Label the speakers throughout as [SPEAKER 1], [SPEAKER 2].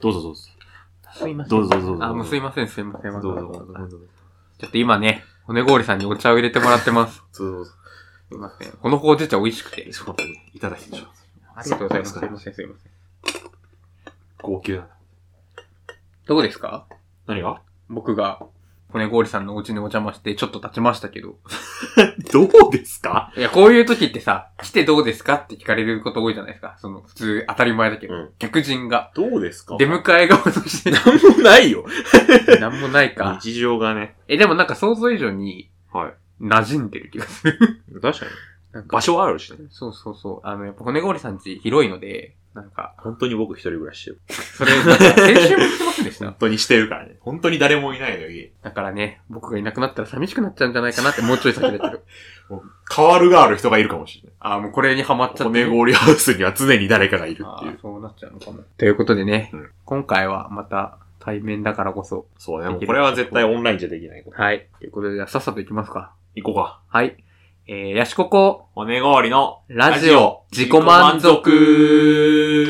[SPEAKER 1] どうぞどうぞ。
[SPEAKER 2] すいません。
[SPEAKER 1] どうぞどうぞどうぞ。
[SPEAKER 2] あ、もうすいません、すいません。
[SPEAKER 1] どうぞどうぞどう
[SPEAKER 2] ち
[SPEAKER 1] ぞ。
[SPEAKER 2] ょっと今ね、骨氷さんにお茶を入れてもらってます。
[SPEAKER 1] どうぞどうぞ。
[SPEAKER 2] すいません。このほうじ茶美味しくて。
[SPEAKER 1] ちょっと待ってね。いただきましょう。
[SPEAKER 2] ありがとうございます。すいません、すいません。
[SPEAKER 1] 号泣だな。
[SPEAKER 2] どうですか
[SPEAKER 1] 何が
[SPEAKER 2] 僕が、骨氷さんのお家にお邪魔して、ちょっと経ちましたけど。
[SPEAKER 1] どうですか
[SPEAKER 2] いや、こういう時ってさ、来てどうですかって聞かれること多いじゃないですか。その、普通、当たり前だけど。
[SPEAKER 1] うん
[SPEAKER 2] 客人が、
[SPEAKER 1] どうですか
[SPEAKER 2] 出迎え顔と して、
[SPEAKER 1] 何もないよ。
[SPEAKER 2] なんもないか。
[SPEAKER 1] 日常がね。
[SPEAKER 2] え、でもなんか想像以上に、
[SPEAKER 1] はい。
[SPEAKER 2] 馴染んでる気がする。
[SPEAKER 1] 確かに。
[SPEAKER 2] なんか
[SPEAKER 1] 場所はあるしね。
[SPEAKER 2] そうそうそう。あの、やっぱ骨氷さんち広いので、なんか、
[SPEAKER 1] 本当に僕一人暮らししてる。
[SPEAKER 2] それ、なんか先週も言ってませんでし
[SPEAKER 1] 本
[SPEAKER 2] た。
[SPEAKER 1] 当にしてるからね。本当に誰もいないのに。
[SPEAKER 2] だからね、僕がいなくなったら寂しくなっちゃうんじゃないかなって、もうちょい先出てる。
[SPEAKER 1] 変わるがある人がいるかもしれない。
[SPEAKER 2] ああ、もうこれにハマっちゃっ
[SPEAKER 1] 骨
[SPEAKER 2] てる。
[SPEAKER 1] 氷ハウスには常に誰かがいる
[SPEAKER 2] あ
[SPEAKER 1] ってい
[SPEAKER 2] あ
[SPEAKER 1] う。、
[SPEAKER 2] そうなっちゃうのかも。ということでね、
[SPEAKER 1] うん
[SPEAKER 2] 今回はまた対面だからこそ。
[SPEAKER 1] そうね。もうこれは絶対オンラインじゃできないこと。
[SPEAKER 2] はい。ということで、じゃあさっさと行きますか。
[SPEAKER 1] 行こうか。
[SPEAKER 2] はい。えー、ヤシココ、
[SPEAKER 1] 骨氷の
[SPEAKER 2] ラジオ、自己満足。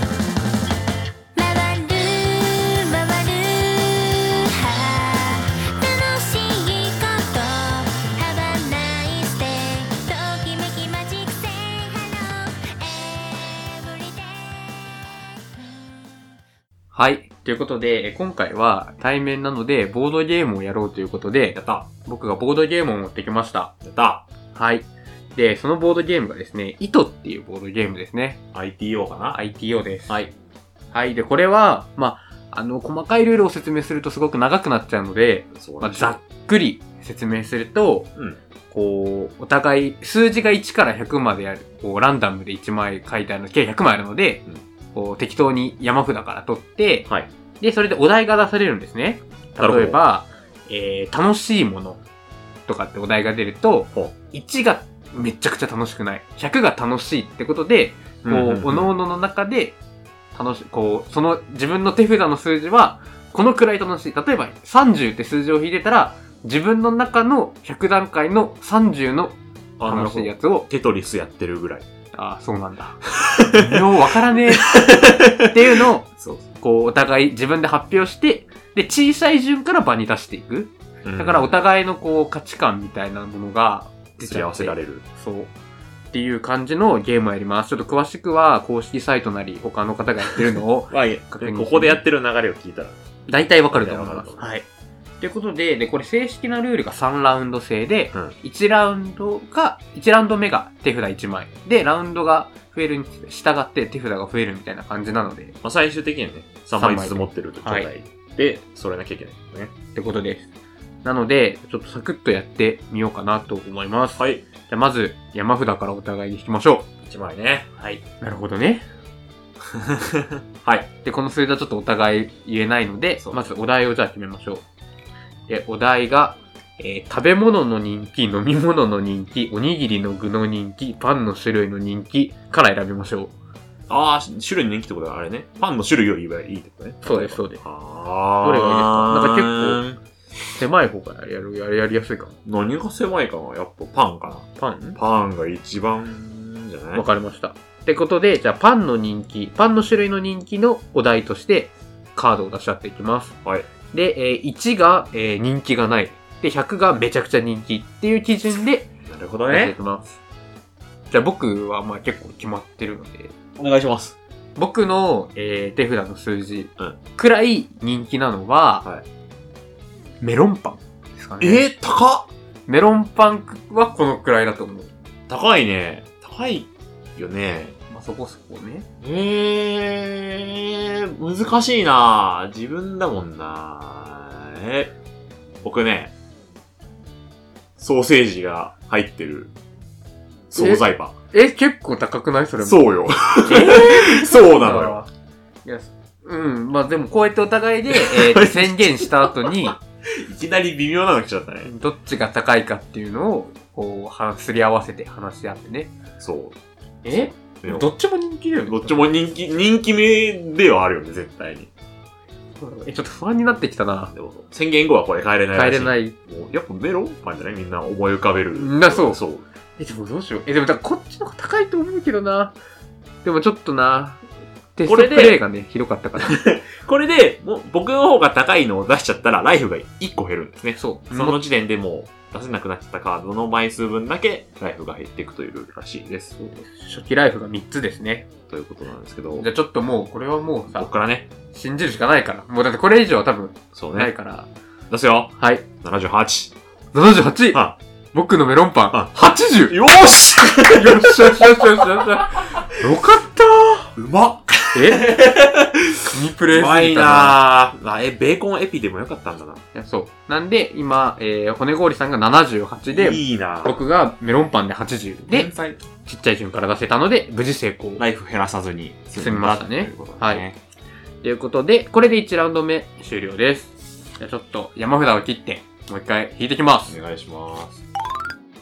[SPEAKER 3] 「まわるまわるは楽しいこと」「ハバナイステときめきマジックセイハローエブリデイ」
[SPEAKER 2] はい。ということで、えー今回は対面なので、ボードゲームをやろうということ
[SPEAKER 1] や
[SPEAKER 2] で、
[SPEAKER 1] った。
[SPEAKER 2] 僕がボードゲームを持ってきました。
[SPEAKER 1] やった。
[SPEAKER 2] はい。で、そのボードゲームがですね、糸っていうボードゲームですね。
[SPEAKER 1] ITO かな
[SPEAKER 2] ITO です。
[SPEAKER 1] はい。
[SPEAKER 2] はい。で、これは、まあ、あの、細かいルールを説明するとすごく長くなっちゃうので、
[SPEAKER 1] そう
[SPEAKER 2] まあ、
[SPEAKER 1] だ
[SPEAKER 2] ざっくり説明すると、
[SPEAKER 1] うん
[SPEAKER 2] こう、お互い数字が1から100まである、こう、ランダムで1枚書いてあるの、計100枚あるので、
[SPEAKER 1] うん
[SPEAKER 2] こう、適当に山札から取って、
[SPEAKER 1] はい
[SPEAKER 2] で、それでお題が出されるんですね。
[SPEAKER 1] なるほど
[SPEAKER 2] 例えば、えー、楽しいものとかってお題が出ると
[SPEAKER 1] ほう、
[SPEAKER 2] 1がめちゃくちゃ楽しくない、100が楽しいってことで、こう、おのおのの中で、楽し、こう、その自分の手札の数字は、このくらい楽しい。例えば、30って数字を引いてたら、自分の中の100段階の30の
[SPEAKER 1] あなる
[SPEAKER 2] 楽
[SPEAKER 1] ほ
[SPEAKER 2] しい
[SPEAKER 1] ど
[SPEAKER 2] やつを、
[SPEAKER 1] テトリスやってるぐらい。
[SPEAKER 2] ああ、そうなんだ。ようわからねえ。っていうのを、
[SPEAKER 1] そう。
[SPEAKER 2] こう、お互い自分で発表して、で、小さい順から場に出していく。だから、お
[SPEAKER 1] た
[SPEAKER 2] 互いのこう、価値観みたいなものが出
[SPEAKER 1] す
[SPEAKER 2] ち
[SPEAKER 1] り
[SPEAKER 2] ゃ
[SPEAKER 1] 合
[SPEAKER 2] っ
[SPEAKER 1] わ
[SPEAKER 2] て
[SPEAKER 1] せられる。
[SPEAKER 2] そう。っていう感じのゲームをやります。ちょっと詳しくは公式サイトなり他の方がやってるの を
[SPEAKER 1] まあ、いい
[SPEAKER 2] 確認
[SPEAKER 1] ここでやってる流れを聞いたら。
[SPEAKER 2] 大体わかると思い
[SPEAKER 1] わか
[SPEAKER 2] ま
[SPEAKER 1] る
[SPEAKER 2] す。
[SPEAKER 1] と思います
[SPEAKER 2] はい。ということで、で、これ正式なルールが3ラウンド制で、
[SPEAKER 1] うん
[SPEAKER 2] 1ラウンドが、1ラウンド目が手札1枚。で、ラウンドが増えるに従って手札が増えるみたいな感じなので、っ
[SPEAKER 1] まあ、最終的にはね、3枚ずつ持ってる状態、
[SPEAKER 2] は
[SPEAKER 1] で、それなきゃいけないね。
[SPEAKER 2] てことです。なので、ちょっとサクッとやってみようかなと思います。
[SPEAKER 1] はい。
[SPEAKER 2] じゃあまず、山札からお互いに引きましょ
[SPEAKER 1] 1枚ね。
[SPEAKER 2] う。はい。なるほどね。
[SPEAKER 1] はい。
[SPEAKER 2] で、この数字はちょっとお互い言えないので
[SPEAKER 1] そ、う
[SPEAKER 2] まずお題をじゃあ決めましょう。で、お題が、えー食べ物の人気、飲み物の人気、おにぎりの具の人気、パンの種類の人気から選びましょう。
[SPEAKER 1] ああ、種類に人気ってことはあれね。パンの種類よりはいいってことね。
[SPEAKER 2] そうですそうです
[SPEAKER 1] ああ。
[SPEAKER 2] どれがいいですかなん
[SPEAKER 1] か結構。
[SPEAKER 2] 狭い方からやる、やるやりやすいかも。
[SPEAKER 1] 何が狭いかなやっぱパンか
[SPEAKER 2] パン
[SPEAKER 1] な。パンが一番じゃない
[SPEAKER 2] わかりました。ってことで、じゃあパンの人気、パンの種類の人気のお題としてカードを出し合っていきます。
[SPEAKER 1] はい。
[SPEAKER 2] で、えー1が、えー人気がない。で、100がめちゃくちゃ人気っていう基準で
[SPEAKER 1] なるほど
[SPEAKER 2] やってい
[SPEAKER 1] ね。
[SPEAKER 2] きます。じゃあ僕はまあ結構決まってるので、
[SPEAKER 1] お願いします。
[SPEAKER 2] 僕の、えー手札の数字
[SPEAKER 1] うん
[SPEAKER 2] くらい人気なのは、
[SPEAKER 1] はい
[SPEAKER 2] メロンパンですかね。
[SPEAKER 1] えー、高っ
[SPEAKER 2] メロンパンはこのくらいだと思う。
[SPEAKER 1] 高いね。高いよね。
[SPEAKER 2] まあそこそこね。
[SPEAKER 1] えー、難しいな自分だもんなえ、僕ね、ソーセージが入ってる、惣菜パ
[SPEAKER 2] え、結構高くないそれ
[SPEAKER 1] ン。
[SPEAKER 2] も。。
[SPEAKER 1] そううよ。 そうなのよ。。
[SPEAKER 2] いや、うん。まあでもこうやってお互いで、えーと宣言した後に、
[SPEAKER 1] いきなり微妙なの来ちゃったね。
[SPEAKER 2] どっちが高いかっていうのを、こう、はすり合わせて話し合ってね。
[SPEAKER 1] そ
[SPEAKER 2] え
[SPEAKER 1] う。でも
[SPEAKER 2] どっちも人気だよね。
[SPEAKER 1] どっちも人気、人気目ではあるよね、絶対に。
[SPEAKER 2] え、ちょっと不安になってきたな。
[SPEAKER 1] でも、宣言後はこれ変えれないらし
[SPEAKER 2] 帰れな
[SPEAKER 1] い。
[SPEAKER 2] い。
[SPEAKER 1] もうやっぱメロンパンじゃないみんな思い浮かべる。
[SPEAKER 2] なそう
[SPEAKER 1] そう。
[SPEAKER 2] え、でもどうしよう。え、でもだからこっちの方が高いと思うけどな。でもちょっとな。テス
[SPEAKER 1] こ
[SPEAKER 2] ト
[SPEAKER 1] れ
[SPEAKER 2] プ
[SPEAKER 1] で
[SPEAKER 2] レイがね、ひどか ったから。
[SPEAKER 1] これで、もう僕の方が高いのを出しちゃったら、ライフが1個減るんですね。
[SPEAKER 2] そう。
[SPEAKER 1] その時点でもう出せなくなっちゃったカードの枚数分だけ、ライフが減っていくというルールらしいです。
[SPEAKER 2] 初期ライフが3つですね。
[SPEAKER 1] ということなんですけど、
[SPEAKER 2] じゃあちょっともう、これはもう
[SPEAKER 1] こ
[SPEAKER 2] さ
[SPEAKER 1] こ、からね、
[SPEAKER 2] 信じるしかないから。もうだってこれ以上は多分
[SPEAKER 1] そう
[SPEAKER 2] ない
[SPEAKER 1] ね、
[SPEAKER 2] から。
[SPEAKER 1] 出すよ
[SPEAKER 2] はい。
[SPEAKER 1] !78!
[SPEAKER 2] 78!
[SPEAKER 1] は
[SPEAKER 2] 僕のメロンパン。
[SPEAKER 1] は
[SPEAKER 2] 80!
[SPEAKER 1] よーし
[SPEAKER 2] よっしゃよっしゃよっしゃよっしゃよっしゃ。よかった
[SPEAKER 1] うまっ
[SPEAKER 2] ーえ神プレ
[SPEAKER 1] う
[SPEAKER 2] イすぎた
[SPEAKER 1] まいなぁ。あ、え、ベーコンエピでもよかったんだな。
[SPEAKER 2] いやそう。なんで、今、えー、骨氷さんが78で、
[SPEAKER 1] いいなぁ。
[SPEAKER 2] 僕がメロンパンで80で
[SPEAKER 1] 天、才
[SPEAKER 2] ちっちゃい順から出せたので、無事成功。
[SPEAKER 1] ライフ減らさずに
[SPEAKER 2] 済みました
[SPEAKER 1] と
[SPEAKER 2] ね
[SPEAKER 1] いうことです
[SPEAKER 2] はいということで、これで1ラウンド目終了です。じゃあちょっと山札を切って、もう一回引いてきます。
[SPEAKER 1] お願いします。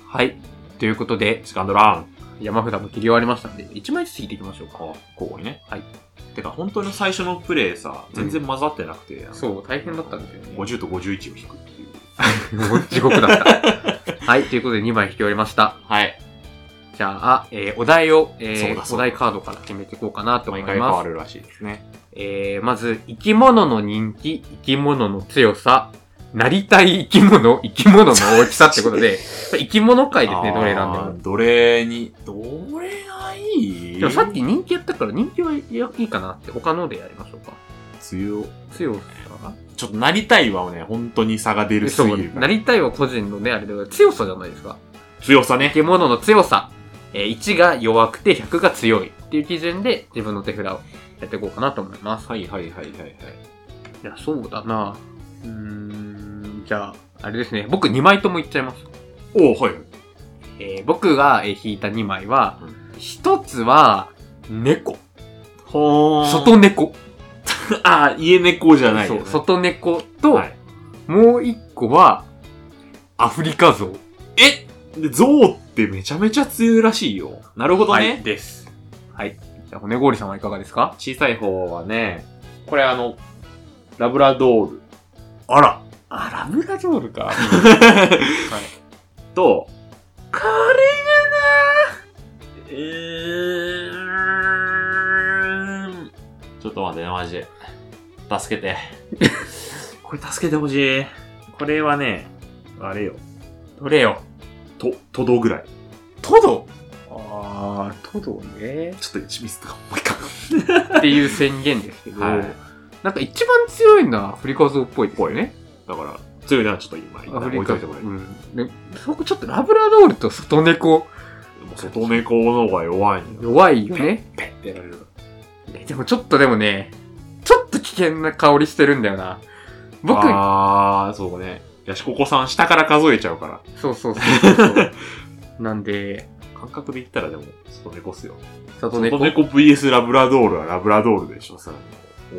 [SPEAKER 2] はい。ということで、
[SPEAKER 1] セカンドラン。
[SPEAKER 2] 山札も切り終わりましたので、1枚ずつ引いていきましょうか。
[SPEAKER 1] あ、交互にね。
[SPEAKER 2] はい。
[SPEAKER 1] てか、本当に最初のプレイさ、全然混ざってなくて。
[SPEAKER 2] そう、大変だったんですよね。
[SPEAKER 1] 50と51を引くっていう。
[SPEAKER 2] 地獄だった。 はい、ということで2枚引き終わりました。
[SPEAKER 1] はい。
[SPEAKER 2] じゃあ、えーお題を、えー
[SPEAKER 1] そうだそうだ
[SPEAKER 2] お題カードから決めていこうかなと思い
[SPEAKER 1] 毎
[SPEAKER 2] ま
[SPEAKER 1] 回
[SPEAKER 2] す。
[SPEAKER 1] 変わるらしいですね。
[SPEAKER 2] えー、まず、生き物の人気、生き物の強さ、なりたい生き物、生き物の大きさってこと で、生き物界ですね、どれ選んで
[SPEAKER 1] あ
[SPEAKER 2] も。
[SPEAKER 1] ーどれに、どれがいい
[SPEAKER 2] でもさっき人気やったから人気はいやいいかなって、他のでやりましょうか。
[SPEAKER 1] 強。
[SPEAKER 2] 強さ
[SPEAKER 1] ちょっとなりたいはね、本当に差が出るす
[SPEAKER 2] そ
[SPEAKER 1] ぎ
[SPEAKER 2] う
[SPEAKER 1] るか
[SPEAKER 2] な
[SPEAKER 1] ら。
[SPEAKER 2] りたいは個人のね、あれで、強さじゃないですか。
[SPEAKER 1] 強さ
[SPEAKER 2] 生
[SPEAKER 1] ね。
[SPEAKER 2] き物の強さ、えー1が弱くて100が強いっていう基準で自分の手札をやっていこうかなと思います。
[SPEAKER 1] はいはいはいはいはい。
[SPEAKER 2] いや、そうだなうーん、じゃあ、あれですね、僕2枚ともいっちゃいます。
[SPEAKER 1] おおはい。
[SPEAKER 2] えー僕が、えー引いた2枚は
[SPEAKER 1] う、
[SPEAKER 2] 1つは、猫。
[SPEAKER 1] ほ外、
[SPEAKER 2] 外猫。
[SPEAKER 1] あー、家猫じゃないよ
[SPEAKER 2] そ
[SPEAKER 1] ね。
[SPEAKER 2] う、外猫と、
[SPEAKER 1] はい
[SPEAKER 2] もう1個は、アフリカゾウ。
[SPEAKER 1] えで象ってめちゃめちゃ強いらしいよ。なるほどね。
[SPEAKER 2] はい、です。はい。じゃあ、骨氷さんはいかがですか
[SPEAKER 1] 小さい方はね、これあの、ラブラドール
[SPEAKER 2] あら。あ、ラブラゾールか。
[SPEAKER 1] と、
[SPEAKER 2] これ
[SPEAKER 1] えー、ちょっと待ってね、マジで。助 けて。これ助けてほしい。これはね、あれよ。
[SPEAKER 2] どれよ。
[SPEAKER 1] と、とどぐらい。
[SPEAKER 2] トドあー、トドね。
[SPEAKER 1] ちょっとミスとかもう一回。
[SPEAKER 2] っていう宣言ですけど、
[SPEAKER 1] はい
[SPEAKER 2] なんか一番強いのはアフリカゾウっぽいですよね。
[SPEAKER 1] だから、強いのはちょっと今、一
[SPEAKER 2] ア
[SPEAKER 1] 旦
[SPEAKER 2] フ
[SPEAKER 1] 置
[SPEAKER 2] リ
[SPEAKER 1] いと
[SPEAKER 2] カ
[SPEAKER 1] いてもらえる。
[SPEAKER 2] う
[SPEAKER 1] も
[SPEAKER 2] ん。でそこちょっとラブラドールと外猫
[SPEAKER 1] う外猫の方が弱いんだよ。
[SPEAKER 2] 弱いよね。
[SPEAKER 1] ペッてやられる。
[SPEAKER 2] えでもちょっとでもね、ちょっと危険な香りしてるんだよな。僕、
[SPEAKER 1] あー、そうね。ヤシココさん下から数えちゃうから。
[SPEAKER 2] そうそうそう そう。なんで、
[SPEAKER 1] 感覚で言ったらでも、外猫っすよ。
[SPEAKER 2] 外
[SPEAKER 1] 外
[SPEAKER 2] 猫。
[SPEAKER 1] 猫 VS ラブラドールはラブラドールでしょ、さらに。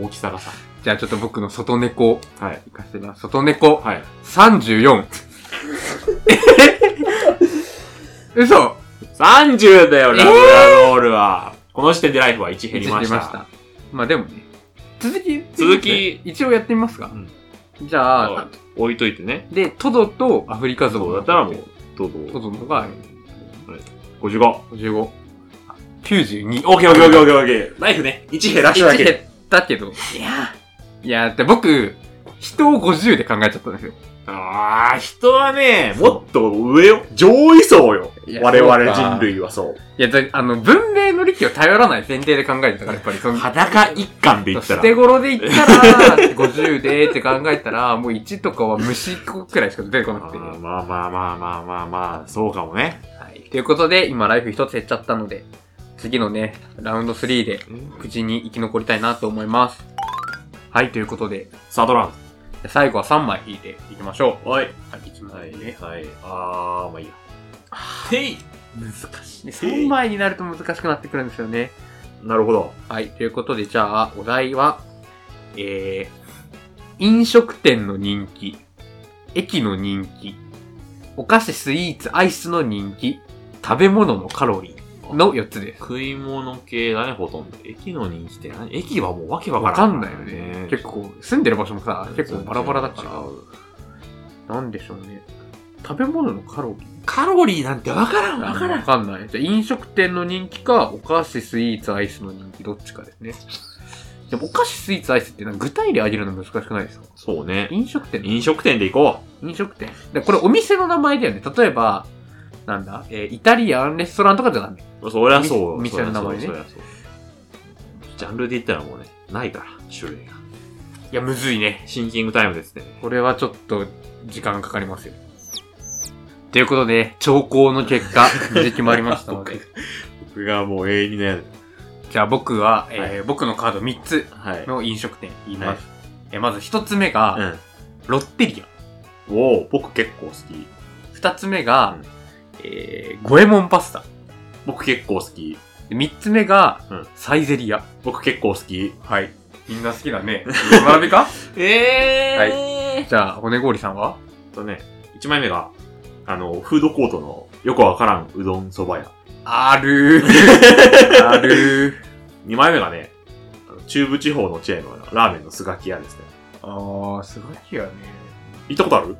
[SPEAKER 1] 大きさがさ。
[SPEAKER 2] じゃあちょっと僕の外猫、
[SPEAKER 1] はい。
[SPEAKER 2] いかせてみます。外猫、
[SPEAKER 1] はい。
[SPEAKER 2] 34。え嘘
[SPEAKER 1] 30だよ、ラ
[SPEAKER 2] えー
[SPEAKER 1] ブラドールは。この時点でライフは1減りました。
[SPEAKER 2] まあでもね、続き、
[SPEAKER 1] 続き
[SPEAKER 2] 一応やってみますか。じゃあ、
[SPEAKER 1] はい置いといてね。
[SPEAKER 2] で、トドとアフリカゾ
[SPEAKER 1] そう
[SPEAKER 2] ウ
[SPEAKER 1] だったらもう、どうぞ。
[SPEAKER 2] トドのが
[SPEAKER 1] はい55。オ
[SPEAKER 2] 55。
[SPEAKER 1] ッケ
[SPEAKER 2] 92。
[SPEAKER 1] ーオッケーオッケーオッケーオッケー。ライフね、1減らしただ
[SPEAKER 2] 1減
[SPEAKER 1] け。
[SPEAKER 2] ったけど。いや、いや、って僕、人を50で考えちゃったんですよ。
[SPEAKER 1] あー、人はね、
[SPEAKER 2] そう
[SPEAKER 1] もっと上よ。上位層よ
[SPEAKER 2] いや。
[SPEAKER 1] 我
[SPEAKER 2] そう
[SPEAKER 1] 々
[SPEAKER 2] か
[SPEAKER 1] 人類はそう。
[SPEAKER 2] いや、だあの、文明の利器を頼らない前提で考えてたから、やっぱりその、
[SPEAKER 1] 裸一貫で言った
[SPEAKER 2] 捨
[SPEAKER 1] ら
[SPEAKER 2] て。頃で言ったら、50でって考えたら、もう1とかは虫くらいしか出てこな
[SPEAKER 1] あ
[SPEAKER 2] くて。
[SPEAKER 1] ーまあまあまあまあまあまあ、そうかもね。
[SPEAKER 2] はい。ということで、今ライフ一つ減っちゃったので、次のね、ラウンド3で、無事に生き残りたいなと思います。はい、ということで、
[SPEAKER 1] サードラン
[SPEAKER 2] 最後は3枚引いていきましょ
[SPEAKER 1] ド。はい。
[SPEAKER 2] う。はい、1
[SPEAKER 1] はい
[SPEAKER 2] 枚ね。、
[SPEAKER 1] はい。あー、まあいいや。てい
[SPEAKER 2] 難しい。3枚になると難しくなってくるんですよね。
[SPEAKER 1] なるほど。
[SPEAKER 2] はい、ということで、じゃあ、お題は、えー、飲食店の人気、駅の人気、お菓子、スイーツ、アイスの人気、食べ物のカロリー。
[SPEAKER 1] あ
[SPEAKER 2] の4つです。
[SPEAKER 1] 食い物系だね、ほとんど。駅の人気って何駅はもうわけわから
[SPEAKER 2] わ
[SPEAKER 1] ん。
[SPEAKER 2] かんないよね。結構、住んでる場所もさ、結構バラバラだから。
[SPEAKER 1] 違う
[SPEAKER 2] なんでしょうね。食べ物のカロリー
[SPEAKER 1] カロリーなんてわからん、わからん。
[SPEAKER 2] わかんない。じゃあ飲食店の人気か、お菓子、スイーツ、アイスの人気、どっちかですね。でも、お菓子、スイーツ、アイスってなんか具体例あげるの難しくないですか
[SPEAKER 1] そうね。
[SPEAKER 2] 飲食店の
[SPEAKER 1] 飲食店で行こ
[SPEAKER 2] 飲食店。でこれお店の名前だよね。例えば、なんだ、えーイタリアンレストランとかじゃダメ。
[SPEAKER 1] う。そりゃそう。
[SPEAKER 2] み店の名前ね
[SPEAKER 1] そりゃそう。ジャンルで言ったらもうね、ないから、種類が。
[SPEAKER 2] いや、むずいね。
[SPEAKER 1] シンキングタイムですね。
[SPEAKER 2] これはちょっと、時間かかりますよ。ということで、兆候の結果、無事決まりましたの で。
[SPEAKER 1] 僕がもう永遠に悩んで
[SPEAKER 2] じゃあ僕は、えー僕のカード3つ
[SPEAKER 1] た。はい。
[SPEAKER 2] の飲食店言います。えーまず1つ目が、
[SPEAKER 1] うん。
[SPEAKER 2] ロッテリア。
[SPEAKER 1] おお僕結構好き。
[SPEAKER 2] 2つ目が、
[SPEAKER 1] うん
[SPEAKER 2] えー、五右衛門パスタ。
[SPEAKER 1] 僕結構好き。
[SPEAKER 2] 3つ目が、
[SPEAKER 1] うん
[SPEAKER 2] サイゼリア。
[SPEAKER 1] 僕結構好き。
[SPEAKER 2] はい。みんな好きだね。並 びか
[SPEAKER 1] ええ
[SPEAKER 2] ーじゃあ、骨氷さんは
[SPEAKER 1] とね、1枚目が、あの、フードコートのよくわからんうどんそば屋。
[SPEAKER 2] あるー。あるー。
[SPEAKER 1] 2枚目がね、あの中部地方のチェーンのラーメンのすがき屋ですね。
[SPEAKER 2] あー、すごいやね。
[SPEAKER 1] 行ったことある
[SPEAKER 2] 行っ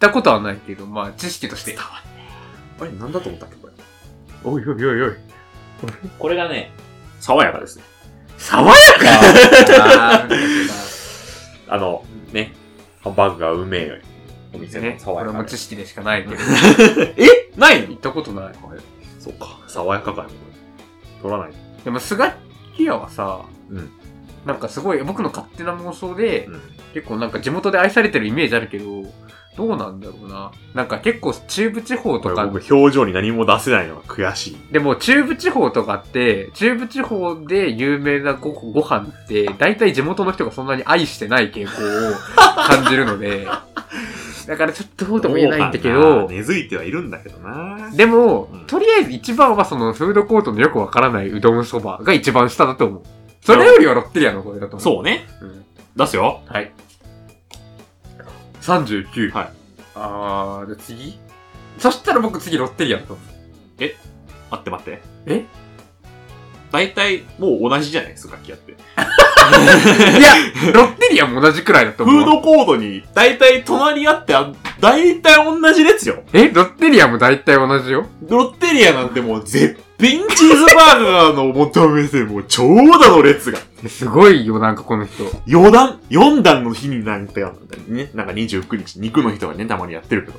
[SPEAKER 2] たことはないけど、まあ、知識として。
[SPEAKER 1] あれ、なんだと思ったっけこれ。
[SPEAKER 2] おいおいおいおい。
[SPEAKER 1] これがね、爽やかですね。
[SPEAKER 2] 爽やかあー
[SPEAKER 1] あの、ね、ハンバーグがうめえよ。お店
[SPEAKER 2] ね
[SPEAKER 1] の、爽
[SPEAKER 2] こ
[SPEAKER 1] や
[SPEAKER 2] れ
[SPEAKER 1] か
[SPEAKER 2] も
[SPEAKER 1] ね。
[SPEAKER 2] 知識でしかない けど。
[SPEAKER 1] えない
[SPEAKER 2] 行
[SPEAKER 1] の
[SPEAKER 2] ったことない。
[SPEAKER 1] そうか、爽やかかよ、これ。取らない。
[SPEAKER 2] でも、スガッキ屋はさ、
[SPEAKER 1] うん
[SPEAKER 2] なんかすごい、僕の勝手な妄想で、
[SPEAKER 1] うん。
[SPEAKER 2] 結構なんか地元で愛されてるイメージあるけど、どうなんだろうな。なんか結構中部地方
[SPEAKER 1] ことれ
[SPEAKER 2] か、
[SPEAKER 1] 僕、表情に何も出せないのが悔しい。
[SPEAKER 2] でも中部地方とかって、中部地方で有名なごご飯って、大体地元の人がそんなに愛してない傾向を感じる ので、だからちょっとどうとも言えないんだけ
[SPEAKER 1] うかな
[SPEAKER 2] ど、
[SPEAKER 1] 根付いてはいるんだけどな。
[SPEAKER 2] でも
[SPEAKER 1] うん、
[SPEAKER 2] とりあえず一番はそのフードコートのよくわからないうどんそばが一番下だと思う。それよりはロッテリアの方だと思う。
[SPEAKER 1] そうね。
[SPEAKER 2] うん。
[SPEAKER 1] 出すよ。
[SPEAKER 2] はい。39。
[SPEAKER 1] はい。
[SPEAKER 2] あー、じゃあ次そしたら僕次ロッテリアだと思う。
[SPEAKER 1] 待って待って。
[SPEAKER 2] え
[SPEAKER 1] 大体、もう同じじゃないですか、楽器屋って。
[SPEAKER 2] いや、 ロッテリアも同じくらいだと思
[SPEAKER 1] フ
[SPEAKER 2] う。
[SPEAKER 1] ードコートに、大体隣り合って、あ大体同じ列よ。
[SPEAKER 2] え、ロッテリアも大体同じよ。
[SPEAKER 1] ロッテリアなんてもう絶品チーズバーガーの求めて、もう長蛇の列が。
[SPEAKER 2] すごいよ、なんかこの人。
[SPEAKER 1] 4段、4段の日になんてあるんだね。なんか29日、肉の日とかね、たまにやってるけど。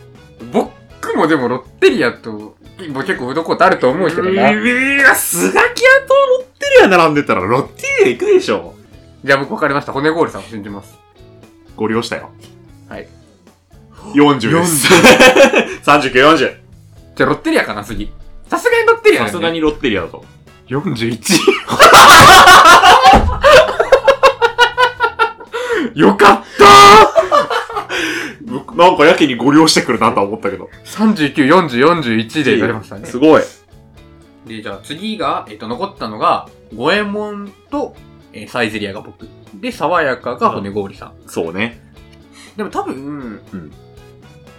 [SPEAKER 2] 僕もでもロッテリアと、もう結構フードコートあると思うけどな。
[SPEAKER 1] いや、スガキ屋とロッテリア並んでたら、ロッテリア行くでしょ。
[SPEAKER 2] じゃあ僕分かりました。骨氷さんを信じます。
[SPEAKER 1] ご利用したよ。
[SPEAKER 2] はい。
[SPEAKER 1] 40です。39、40。
[SPEAKER 2] じゃあロッテリアかな、次。さすがにロッテリアだ
[SPEAKER 1] さ
[SPEAKER 2] よ
[SPEAKER 1] す
[SPEAKER 2] ね
[SPEAKER 1] がにロッテリアだと。
[SPEAKER 2] 41よかった
[SPEAKER 1] 僕 なんかやけにご利用してくるなとは思ったけど。
[SPEAKER 2] 39、40、41で出ましたね
[SPEAKER 1] す。ごい。
[SPEAKER 2] で、じゃあ次が、えっ、と、残ったのが、五右衛門と、えーサイゼリアが僕。で、爽やかが骨氷さん。
[SPEAKER 1] そうね。
[SPEAKER 2] でも多分、
[SPEAKER 1] うん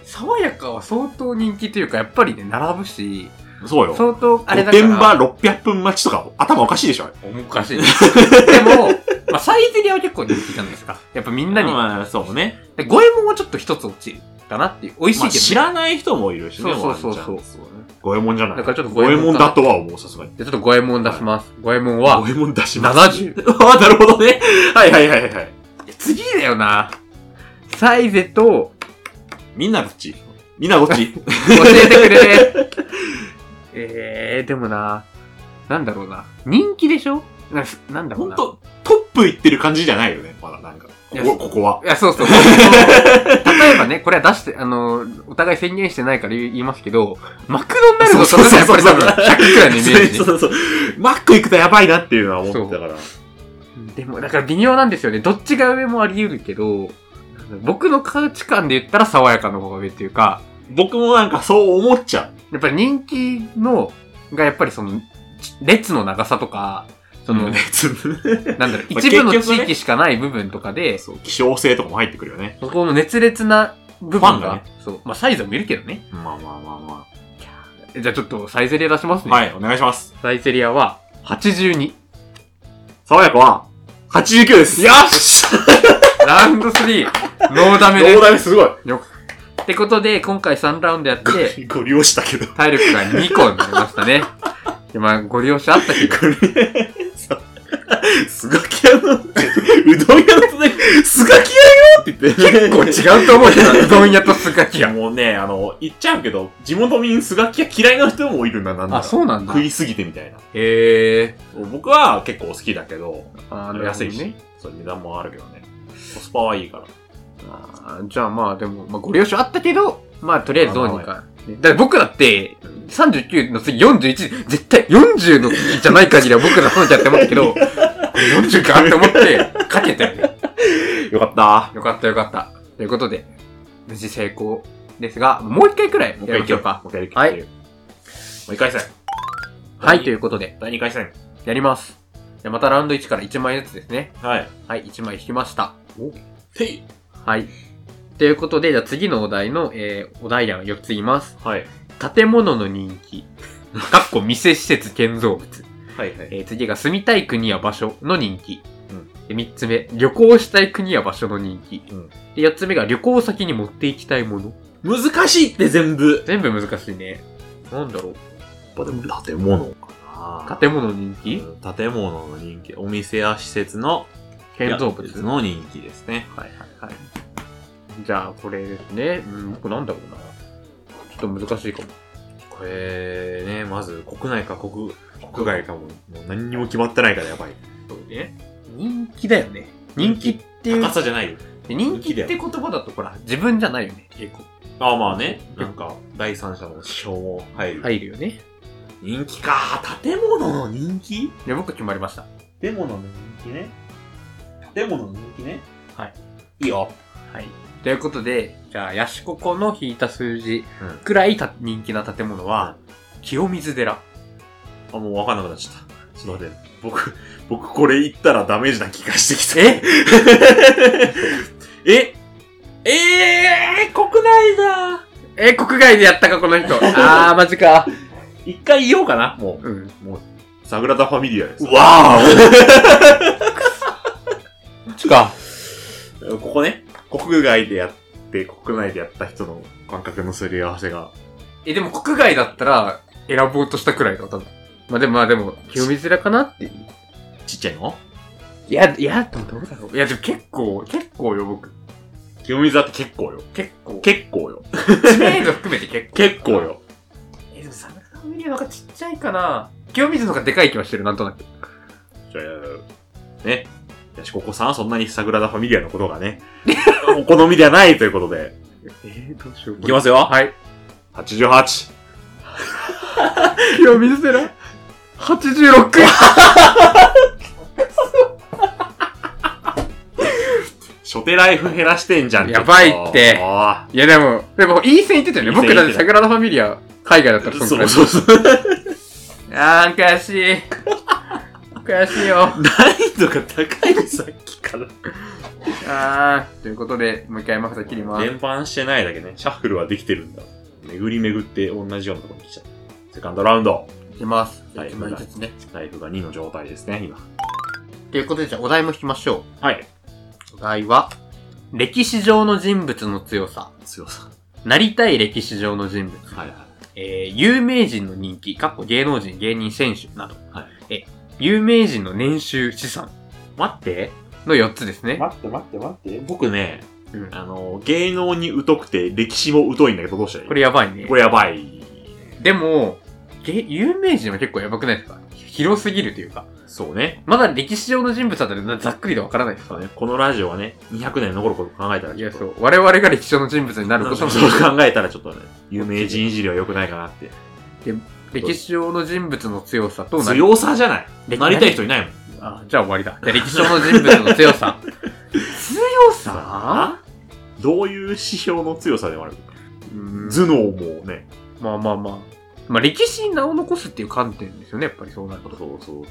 [SPEAKER 2] 爽やかは相当人気というか、やっぱりね、並ぶし、
[SPEAKER 1] そうよ。
[SPEAKER 2] 相当、あれだか
[SPEAKER 1] 現場
[SPEAKER 2] ら、
[SPEAKER 1] 600分待ちとか頭おかしいでしょ
[SPEAKER 2] おかしい。でも、まあ、サイゼリアは結構人気じゃないですか。やっぱみんなに。
[SPEAKER 1] まあ、そうね。
[SPEAKER 2] で五右衛門はちょっと一つ落ちるかなっていう。美味しいけど、
[SPEAKER 1] まあ、知らない人もいるしね。
[SPEAKER 2] そうそうそうそう
[SPEAKER 1] ワンちゃんね五右衛門じゃない。
[SPEAKER 2] だからちょっと
[SPEAKER 1] 五
[SPEAKER 2] 五右
[SPEAKER 1] 右衛
[SPEAKER 2] 衛門
[SPEAKER 1] 門
[SPEAKER 2] か
[SPEAKER 1] だとは思う、さすがに。
[SPEAKER 2] じゃあちょっと五右衛門出します。五右衛門
[SPEAKER 1] 五
[SPEAKER 2] は、
[SPEAKER 1] 右衛門出します。
[SPEAKER 2] 70。
[SPEAKER 1] ああ、なるほどね。はいはいはいはい。
[SPEAKER 2] 次だよな。サイゼと、
[SPEAKER 1] みんなどっちみんなどっ ち
[SPEAKER 2] 教えてく れえー、でもな、なんだろうな。人気でしょななんだろ
[SPEAKER 1] ほ
[SPEAKER 2] うんな。
[SPEAKER 1] と、トップ行ってる感じじゃないよね。まだなんか。こ
[SPEAKER 2] いや。
[SPEAKER 1] こここはい
[SPEAKER 2] や、そうそう。例えばね、これは出して、あの、お互い宣言してないから言いますけど、マクドナルドとかがやっぱり多分100くらいのイメージ
[SPEAKER 1] そうそうそう。マック行くとやばいなっていうのは思ってたから。
[SPEAKER 2] でも、だから微妙なんですよね。どっちが上もあり得るけど、僕の価値観で言ったら爽やかの方が上っていうか、
[SPEAKER 1] 僕もなんかそう思っちゃう。
[SPEAKER 2] やっぱり人気の、がやっぱりその、列の長さとか、その、なんだろう、
[SPEAKER 1] まあ
[SPEAKER 2] 一部の
[SPEAKER 1] 結
[SPEAKER 2] 地
[SPEAKER 1] 局ね
[SPEAKER 2] 域しかない部分とかで、そ
[SPEAKER 1] そう、希少性とかも入ってくるよね。
[SPEAKER 2] この熱烈な部分
[SPEAKER 1] ファンが
[SPEAKER 2] が
[SPEAKER 1] ね、
[SPEAKER 2] そう。まあ、サイズもいるけどね。
[SPEAKER 1] まあまあまあま
[SPEAKER 2] じゃあちょっとサイゼリア出しますね。
[SPEAKER 1] はい、お願いします。
[SPEAKER 2] サイゼリアは82。
[SPEAKER 1] 爽やかは、89です。
[SPEAKER 2] よし ラウンド3、ノーダメです
[SPEAKER 1] 大。ダメすごい。
[SPEAKER 2] よってことで、今回3ラウンドやって、
[SPEAKER 1] ご利用したけど。
[SPEAKER 2] 体力が2個になりましたね。まあ、ご利用者あったけど、
[SPEAKER 1] これ、さ、スガキ屋の、うどん屋の隣、スガキ屋よって言って。結
[SPEAKER 2] これ違うと思うけど、うどん屋とスガキ屋。
[SPEAKER 1] もうね、あの、言っちゃうけど、地元民スガキ屋嫌いな人もいるんだ、なんだ。
[SPEAKER 2] あ、そうなんだ
[SPEAKER 1] 食。いすぎてみたいな。
[SPEAKER 2] へえ。
[SPEAKER 1] 僕は結構好きだけど、
[SPEAKER 2] あー
[SPEAKER 1] 安いし、
[SPEAKER 2] なる
[SPEAKER 1] そう値段もあるけどね。コスパはいいから。
[SPEAKER 2] ほどねあーじゃあまあ、でも、まあ、ご了承あったけど、まあ、とりあえずどうにか。ねだから僕だって、39の次41、絶対40の次じゃない限りは僕の話だって思ったけど、これ40かって思って、かけたよね。
[SPEAKER 1] よかった。
[SPEAKER 2] よかったよかった。ということで、無事成功ですが、もう一回くらい
[SPEAKER 1] もう一
[SPEAKER 2] や
[SPEAKER 1] 回
[SPEAKER 2] り
[SPEAKER 1] 行
[SPEAKER 2] ま
[SPEAKER 1] け
[SPEAKER 2] しょ
[SPEAKER 1] よ
[SPEAKER 2] う
[SPEAKER 1] うか
[SPEAKER 2] か。。
[SPEAKER 1] もう一回行
[SPEAKER 2] はい
[SPEAKER 1] けよもう一回戦。
[SPEAKER 2] はい、ということで、
[SPEAKER 1] 第2回戦。
[SPEAKER 2] やります。じゃあまたラウンド1から1枚ずつですね。
[SPEAKER 1] はい。
[SPEAKER 2] はい、1枚引きました。
[SPEAKER 1] てい
[SPEAKER 2] はい。ということで、じゃあ次のお題の、えー、お題欄を4つ言います。
[SPEAKER 1] はい。
[SPEAKER 2] 建物の人気。かっこ店施設建造物。
[SPEAKER 1] はいは
[SPEAKER 2] えー、次が住みたい国や場所の人気。
[SPEAKER 1] うん
[SPEAKER 2] で3つ目、旅行したい国や場所の人気。
[SPEAKER 1] うん
[SPEAKER 2] で4つ目が旅行先に持っていきたいもの。
[SPEAKER 1] 難しいって全部。
[SPEAKER 2] 全部難しいね。なんだろ
[SPEAKER 1] や
[SPEAKER 2] う。
[SPEAKER 1] っぱでも建物かな
[SPEAKER 2] 建物の人気
[SPEAKER 1] 物。建物の人気。お店や施設の
[SPEAKER 2] 建造物
[SPEAKER 1] いやの人気ですね。
[SPEAKER 2] はいはいはい。じゃあ、これですね。うん、僕なんだろうな。ちょっと難しいかも。
[SPEAKER 1] これね、まず国内か国、国外かも、もう何にも決まってないからやばい。
[SPEAKER 2] そうね。人気だよね。人気っていう
[SPEAKER 1] 高、さじゃないよ。
[SPEAKER 2] 人気って言葉だとほら、自分じゃないよね。結構。
[SPEAKER 1] ああまあね、なんか、第三者の支障も入る。
[SPEAKER 2] 入るよね。
[SPEAKER 1] 人気か建物の人気
[SPEAKER 2] いや、僕決まりました。
[SPEAKER 1] 建物の人気ね。建物の人気ね。
[SPEAKER 2] はい。
[SPEAKER 1] いいよ。
[SPEAKER 2] はい。ということで、じゃあ、ヤシココの引いた数字
[SPEAKER 1] うん
[SPEAKER 2] くらいた人気な建物は、清水寺。
[SPEAKER 1] あ、もうわかんなくなっちゃった。ちょっと待って。僕、僕これ言ったらダメージな気がしてきた。
[SPEAKER 2] え
[SPEAKER 1] えええー、国内だ
[SPEAKER 2] え、国外でやったか、この 人。あー、マジか。
[SPEAKER 1] 一回言おうかな、も
[SPEAKER 2] うん。
[SPEAKER 1] う。もう、サグラダ・ファミリアです。
[SPEAKER 2] わーおちか。
[SPEAKER 1] ここね、国外でやって、国内でやった人の感覚のすり合わせが。
[SPEAKER 2] え、でも国外だったら選ぼうとしたくらいだ、多分。まあでもまあでも、清水寺かなっていう。
[SPEAKER 1] ちっちゃいの
[SPEAKER 2] いや、いや、どうだろう。いや、でも結構、結構よ、僕。
[SPEAKER 1] 清水だって結構よ。
[SPEAKER 2] 結構。
[SPEAKER 1] 結構よ。
[SPEAKER 2] 知名度含めて結構。
[SPEAKER 1] 結構。よ。
[SPEAKER 2] え、でもサムサムリアの方がちっちゃいかな。清水の方がでかい気はしてる、なんとなく。
[SPEAKER 1] じゃあ、ね。よし、ここさんはそんなにサグラダ・ファミリアのことが ね、お好みではないということで。
[SPEAKER 2] えー、どうしよう。
[SPEAKER 1] いきますよ。
[SPEAKER 2] はい。
[SPEAKER 1] 88。
[SPEAKER 2] 清水寺 ?86!
[SPEAKER 1] 初手ライフ減らしてんじゃん。
[SPEAKER 2] やばいって
[SPEAKER 1] あ
[SPEAKER 2] いやでも、でも、いい線いってたよね。
[SPEAKER 1] いい線いっ
[SPEAKER 2] 僕
[SPEAKER 1] てた
[SPEAKER 2] だってサグラダ・ファミリア、海外だった
[SPEAKER 1] あ。
[SPEAKER 2] ら
[SPEAKER 1] そ
[SPEAKER 2] の
[SPEAKER 1] う
[SPEAKER 2] く
[SPEAKER 1] そうそう。
[SPEAKER 2] らい。あー、悔しい。悔しいよ。
[SPEAKER 1] 難易度が高いねさっきから。
[SPEAKER 2] あー、ということで、もう一回マフタ切りま す。
[SPEAKER 1] 連番してないだけね。シャッフルはできてるんだ。巡り巡って同じようなところに来ちゃった。セカンドラウンド。
[SPEAKER 2] いきます。
[SPEAKER 1] はい
[SPEAKER 2] 一枚ずつね。
[SPEAKER 1] ライフが2の状態ですね、今。
[SPEAKER 2] ということで、じゃあお題も引きましょ
[SPEAKER 1] はい。
[SPEAKER 2] う。お題は、歴史上の人物の強さ。
[SPEAKER 1] 強さ。
[SPEAKER 2] なりたい歴史上の人物。
[SPEAKER 1] はいはい。
[SPEAKER 2] えー、有名人の人気、かっこ芸能人、芸人、選手など。
[SPEAKER 1] はい
[SPEAKER 2] え、有名人の年収、資産
[SPEAKER 1] 待って。
[SPEAKER 2] の4つですね。
[SPEAKER 1] 待って待って待って。僕ね、
[SPEAKER 2] うん
[SPEAKER 1] あの、芸能に疎くて歴史も疎いんだけどどうしたらいい
[SPEAKER 2] これやばいね。
[SPEAKER 1] これやばい。
[SPEAKER 2] でも、げ有名人は結構やばくないですか広すぎるというか。
[SPEAKER 1] そうね。
[SPEAKER 2] まだ歴史上の人物だったらざっくりでわからないです
[SPEAKER 1] そう
[SPEAKER 2] からね。
[SPEAKER 1] ね。このラジオはね、200年残ることを考えたら
[SPEAKER 2] い
[SPEAKER 1] ちょ
[SPEAKER 2] や、
[SPEAKER 1] っと。
[SPEAKER 2] そう。我々が歴史上の人物になること
[SPEAKER 1] そう
[SPEAKER 2] も
[SPEAKER 1] そう考えたらちょっとね、有名人いじりは良くないかなって。
[SPEAKER 2] 歴史上の人物の強さとなり
[SPEAKER 1] 強さじゃない。
[SPEAKER 2] 歴
[SPEAKER 1] なりたい人いないもん。
[SPEAKER 2] あ、じゃあ終わり だ。じゃあ歴史上の人物の強さ。強さ
[SPEAKER 1] さどういう指標の強さでもある
[SPEAKER 2] うん
[SPEAKER 1] 頭脳もね。
[SPEAKER 2] まあまあまあ。まあ歴史に名を残すっていう観点ですよね、やっぱりそうなる
[SPEAKER 1] そう
[SPEAKER 2] と。
[SPEAKER 1] そうそう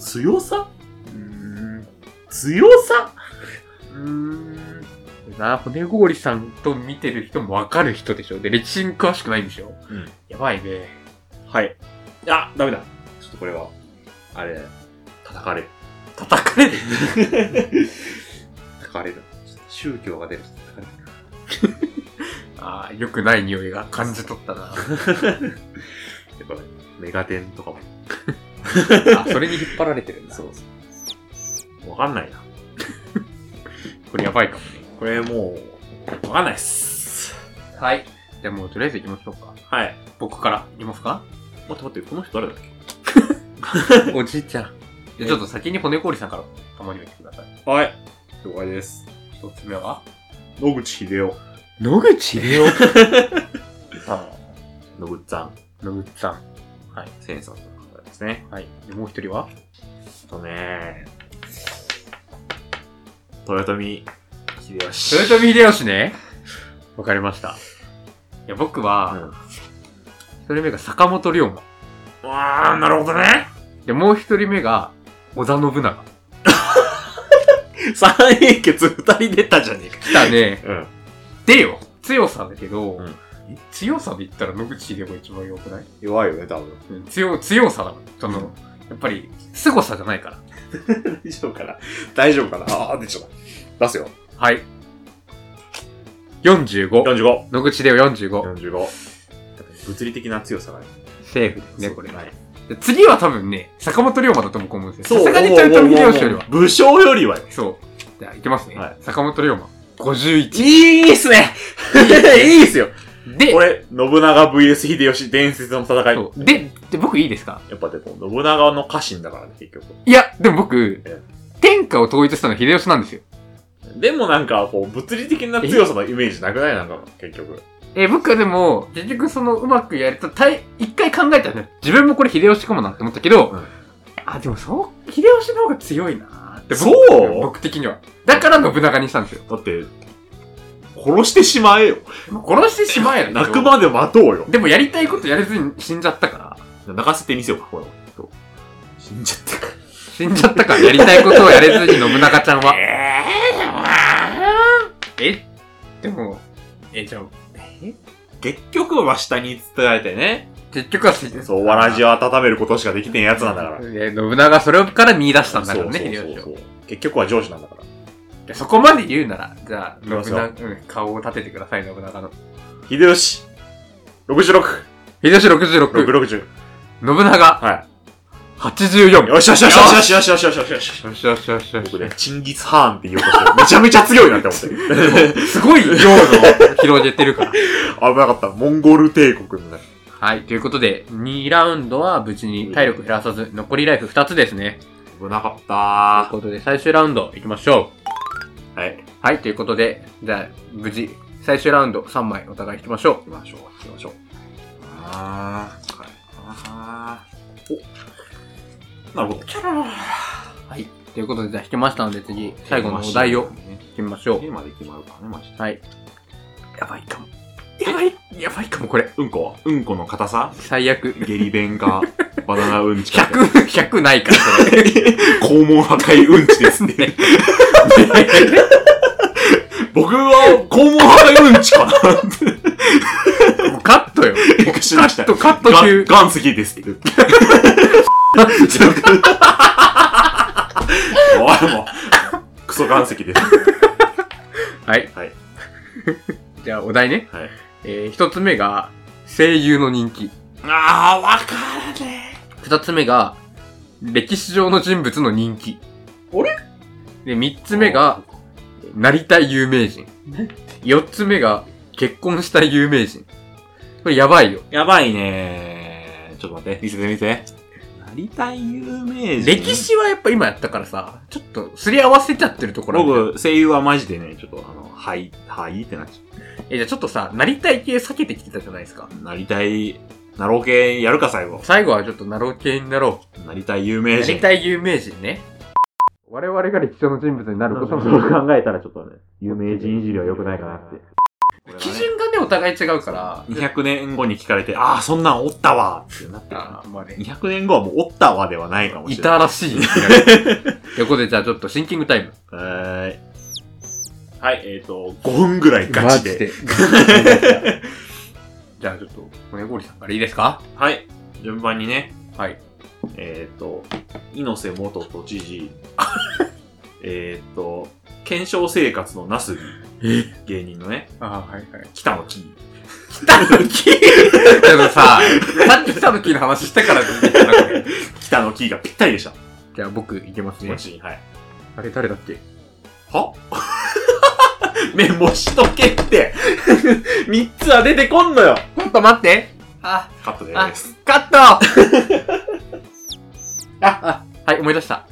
[SPEAKER 1] そう。強さ
[SPEAKER 2] うん。
[SPEAKER 1] 強さ
[SPEAKER 2] うん。な、骨氷さんと見てる人もわかる人でしょ。で、歴史に詳しくないんでしょ。
[SPEAKER 1] うん
[SPEAKER 2] やばいね。
[SPEAKER 1] はい。あ、ダメだ。ちょっとこれは、あれ、叩かれる。
[SPEAKER 2] 叩かれる
[SPEAKER 1] 叩かれる。ちょっと宗教が出る。
[SPEAKER 2] ああ、良くない匂いが感じ取ったな。
[SPEAKER 1] やっぱ、メガテンとかも。
[SPEAKER 2] あ、それに引っ張られてるんだ。
[SPEAKER 1] そうそう。わかんないな。
[SPEAKER 2] これやばいかもね。
[SPEAKER 1] これもう、わかんないっす。
[SPEAKER 2] はい。じゃあもうとりあえず行きましょうか。
[SPEAKER 1] はい。
[SPEAKER 2] 僕から行きますか
[SPEAKER 1] 待って待って、この人誰だっけ
[SPEAKER 2] おじいちゃん。じゃあちょっと先に骨氷さんからたまには来てください。
[SPEAKER 1] はい。了解です。
[SPEAKER 2] 一つ目は
[SPEAKER 1] 野口秀夫。
[SPEAKER 2] 野口英世。あ
[SPEAKER 1] 野口さん。
[SPEAKER 2] あ、 野口さん。
[SPEAKER 1] センさんの方ですね。
[SPEAKER 2] はい。でもう一人は
[SPEAKER 1] あとね豊臣秀吉。
[SPEAKER 2] 豊臣秀吉ね。わかりました。いや、僕は、一人目が坂本龍馬。
[SPEAKER 1] うん。わー、なるほどね。
[SPEAKER 2] で、もう一人目が、織田信長。
[SPEAKER 1] 三英傑二人出たじゃねえか。
[SPEAKER 2] 来たね。
[SPEAKER 1] うん。
[SPEAKER 2] でよ強さだけど、
[SPEAKER 1] うん
[SPEAKER 2] 強さで言ったら野口秀夫が一番弱くない、
[SPEAKER 1] 弱いよね、多分。
[SPEAKER 2] 強強さだもん。その、やっぱり、凄さじゃないから。
[SPEAKER 1] 大丈夫かな大丈夫かなあー、出ちゃった。出すよ。
[SPEAKER 2] はい。45。
[SPEAKER 1] 45。
[SPEAKER 2] 野口秀夫45。
[SPEAKER 1] 45。物理的な強さがね。
[SPEAKER 2] セーフですね、
[SPEAKER 1] そう
[SPEAKER 2] これ。
[SPEAKER 1] はい
[SPEAKER 2] で次は多分ね、坂本龍馬だと僕思うんですよ。さすがに豊臣秀吉よりは。
[SPEAKER 1] 武将よりはよ。
[SPEAKER 2] そう。じゃあ、いきますね。
[SPEAKER 1] はい
[SPEAKER 2] 坂本龍馬。51。
[SPEAKER 1] いいっすねいいっすよ。
[SPEAKER 2] で、
[SPEAKER 1] これ、信長 VS 秀吉伝説の戦い。
[SPEAKER 2] そうで、で、僕いいですか
[SPEAKER 1] やっぱでも、信長の家臣だからね、結局。
[SPEAKER 2] いや、でも僕
[SPEAKER 1] え、
[SPEAKER 2] 天下を統一したのは秀吉なんですよ。
[SPEAKER 1] でもなんか、こう、物理的な強さのイメージなくないなんか、結局。
[SPEAKER 2] えー、僕はでも、結局その、うまくやると、たい、一回考えたね。自分もこれ秀吉かもなって思ったけど、
[SPEAKER 1] うん
[SPEAKER 2] あ、でもそう、秀吉の方が強いなーって僕
[SPEAKER 1] そう
[SPEAKER 2] 僕的には。だから信長にしたんですよ。
[SPEAKER 1] だって、殺してしまえよ。
[SPEAKER 2] もう殺してしまえない
[SPEAKER 1] 泣くまで待とうよ。
[SPEAKER 2] でもやりたいことやれずに死んじゃったから、
[SPEAKER 1] 泣かせてみせようか、ほら。そう死んじゃったか
[SPEAKER 2] 死んじゃったからやりたいことをやれずに信長ちゃんは。
[SPEAKER 1] え
[SPEAKER 2] えでも、え、じゃあ、え
[SPEAKER 1] ー、結局は下に伝えてね。
[SPEAKER 2] 結局は死んじゃ
[SPEAKER 1] そう、わらじを温めることしかできてんやつなんだから。
[SPEAKER 2] え信長はそれから見出したんだからね、
[SPEAKER 1] そう
[SPEAKER 2] 秀
[SPEAKER 1] そう
[SPEAKER 2] 吉
[SPEAKER 1] そ
[SPEAKER 2] を
[SPEAKER 1] う。そう結局は上司なんだから。
[SPEAKER 2] いやそこまで言うなら、じゃあ、
[SPEAKER 1] 行きまし
[SPEAKER 2] 信
[SPEAKER 1] ょ
[SPEAKER 2] 長、
[SPEAKER 1] う
[SPEAKER 2] うん、顔を立ててください、信長の。
[SPEAKER 1] 秀吉、66、
[SPEAKER 2] 秀吉66、
[SPEAKER 1] 660。
[SPEAKER 2] 信長
[SPEAKER 1] は
[SPEAKER 2] 84。
[SPEAKER 1] い。よしよしよしよしよしよしよしよしよし。
[SPEAKER 2] よしよしよしよ
[SPEAKER 1] 僕
[SPEAKER 2] し
[SPEAKER 1] ね、チンギスハーンって言おうとして、めちゃめちゃ強いなって思って。
[SPEAKER 2] すごい領土を広げてるから。
[SPEAKER 1] 危なかった。モンゴル帝国になる。
[SPEAKER 2] はい、ということで、2ラウンドは無事に体力減らさず、残りライフ2つですね。
[SPEAKER 1] 危なかっ
[SPEAKER 2] という
[SPEAKER 1] た
[SPEAKER 2] ことで、最終ラウンド行きましょ
[SPEAKER 1] ー。はい。行
[SPEAKER 2] う。はい、ということで、じゃあ、無事、最終ラウンド3枚お互い引きましょ
[SPEAKER 1] きましょう。行きましょう。あー。あー。お。なるほど。
[SPEAKER 2] う。はい。ということで、じゃあ引きましたので、次、最後のお題を引きましょ
[SPEAKER 1] テ
[SPEAKER 2] う。
[SPEAKER 1] ーマで決まるからね、マジで。
[SPEAKER 2] はい。やばいかも。やばい、やばいかも、これ。
[SPEAKER 1] うんこはうんこの硬 さ
[SPEAKER 2] 最悪。
[SPEAKER 1] 下痢弁が、 バナナうんちか。
[SPEAKER 2] 100、100ないから、そ れ。
[SPEAKER 1] 肛門破壊うんちですね。僕は肛門破壊うんちかな
[SPEAKER 2] もうカットよ。
[SPEAKER 1] びっくりしました
[SPEAKER 2] カット、カット
[SPEAKER 1] が
[SPEAKER 2] 級。
[SPEAKER 1] 岩石です って。おいもうクソ岩石です。
[SPEAKER 2] はい。
[SPEAKER 1] はい。
[SPEAKER 2] じゃあ、お題ね。
[SPEAKER 1] はい。
[SPEAKER 2] えー、一つ目が、声優の人気。
[SPEAKER 1] ああ、わからね
[SPEAKER 2] 二つ目が、歴史上の人物の人気。
[SPEAKER 1] あれ
[SPEAKER 2] で、三つ目が、なりたい有名人。四つ目が、結婚したい有名人。これやばいよ。
[SPEAKER 1] やばいねちょっと待って、見せて見せて。なりたい有名人。
[SPEAKER 2] 歴史はやっぱ今やったからさ、ちょっとすり合わせちゃってるところあるじゃん
[SPEAKER 1] 僕、声優はマジでね、ちょっとあの、はい、はいってなっちゃ
[SPEAKER 2] え、じゃあちょっとさ、なりたい系避けてきてたじゃないですか。
[SPEAKER 1] う。なりたい、なろう系やるか最後。
[SPEAKER 2] 最後はちょっとナロー系になろ
[SPEAKER 1] なりたい有
[SPEAKER 2] う。
[SPEAKER 1] 名
[SPEAKER 2] な
[SPEAKER 1] 人。
[SPEAKER 2] りたい有名人ね。我々が歴史上の人物になること
[SPEAKER 1] そう
[SPEAKER 2] も。
[SPEAKER 1] 考えたらちょっとね、有名人いじりは良くないかなって。
[SPEAKER 2] 基準がね、お互い違うから。
[SPEAKER 1] 200年後に聞かれて、ああ、そんなんおったわってなってる
[SPEAKER 2] あーまあね。
[SPEAKER 1] 200年後はもうおったわではないかも
[SPEAKER 2] い
[SPEAKER 1] しれない。
[SPEAKER 2] たら しい。ということで、じゃあちょっとシンキングタイム。
[SPEAKER 1] いたはーい。はい、えっ、と、5分ぐらいガチで。
[SPEAKER 2] で。じゃあちょっと、骨氷さんからいいですか
[SPEAKER 1] はい。順番にね、
[SPEAKER 2] はい。
[SPEAKER 1] えっ、と、猪瀬元都知事、 えっと、検証生活のなすび、
[SPEAKER 2] え
[SPEAKER 1] 芸人のね、
[SPEAKER 2] ああ、はいはい。
[SPEAKER 1] 北野キ
[SPEAKER 2] 北の木でもさ、さっき北の木の話したから出てきたなこれ
[SPEAKER 1] 北野キーがぴったりでした。
[SPEAKER 2] じゃあ僕いけます
[SPEAKER 1] 気
[SPEAKER 2] ね
[SPEAKER 1] 持。ちいい。はい。
[SPEAKER 2] あれ誰だっけ
[SPEAKER 1] は メモしとけって。 三つは出てこんのよ。
[SPEAKER 2] ちょっと待ってあ、
[SPEAKER 1] カットで
[SPEAKER 2] あ
[SPEAKER 1] す。、
[SPEAKER 2] カット あ、あ、はい、思い出した。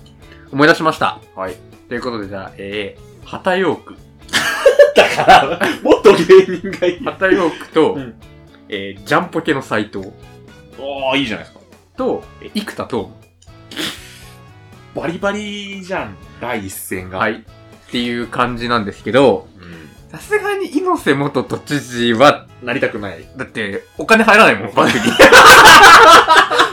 [SPEAKER 2] 思い出しました。
[SPEAKER 1] はい。
[SPEAKER 2] ということでじゃあ、えー、旗ヨーク。
[SPEAKER 1] だから、もっと芸人がいいよ。
[SPEAKER 2] 旗ヨークと、
[SPEAKER 1] うん
[SPEAKER 2] えー、ジャンポケの斎藤
[SPEAKER 1] おー、いいじゃないですか。
[SPEAKER 2] と、えー生田斗
[SPEAKER 1] バリバリじゃん。第一線が。
[SPEAKER 2] 真。は。い。っていう感じなんですけど、
[SPEAKER 1] うん。
[SPEAKER 2] さすがに猪瀬元都知事は、
[SPEAKER 1] なりたくない。
[SPEAKER 2] だって、お金入ら ないもん、バ ッグに。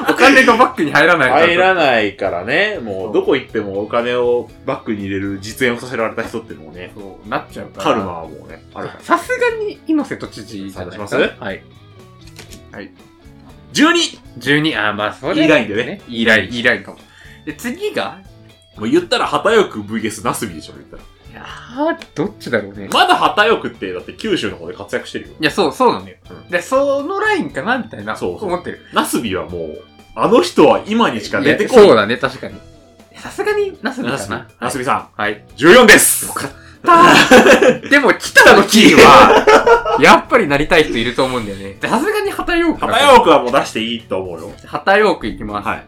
[SPEAKER 2] お金がバッグに入らないから。
[SPEAKER 1] 入らないからね、も
[SPEAKER 2] そうう
[SPEAKER 1] どこ行ってもお金をバッグに入れる実演をさせられた人ってもうね、
[SPEAKER 2] そう、なっちゃうから。
[SPEAKER 1] カルマはもうね、あるから。
[SPEAKER 2] さすがに、猪瀬都知事じゃないですか
[SPEAKER 1] さあ出し
[SPEAKER 2] はい。
[SPEAKER 1] 12!
[SPEAKER 2] 12、あー、まあ、それ、
[SPEAKER 1] E ラインでね。
[SPEAKER 2] E ライン、E ラインかも。で、次が
[SPEAKER 1] もう言ったら、旗よく VS なすびでしょ、言ったら。
[SPEAKER 2] いやー、どっちだろうね。
[SPEAKER 1] まだ旗よくって、だって九州の方で活躍してるよ。
[SPEAKER 2] いや、そう、そうなんだよ。
[SPEAKER 1] うん
[SPEAKER 2] で、そのラインかなみたいな、
[SPEAKER 1] そうそう
[SPEAKER 2] 思ってる。
[SPEAKER 1] なすびはもう、あの人は今にしか出てこ
[SPEAKER 2] いやそう
[SPEAKER 1] ない。
[SPEAKER 2] だね、確かに。さすがに、ナスビ
[SPEAKER 1] な
[SPEAKER 2] か
[SPEAKER 1] すび
[SPEAKER 2] な。、
[SPEAKER 1] なすびさ
[SPEAKER 2] はい。
[SPEAKER 1] ん、14です
[SPEAKER 2] よかった。 でも、北のキーは、 やっぱりなりたい人いると思うんだよね。でさすがに旗ヨークだから。
[SPEAKER 1] 旗よくはもう出していいと思うよ。
[SPEAKER 2] 旗ヨークいきます。
[SPEAKER 1] はい。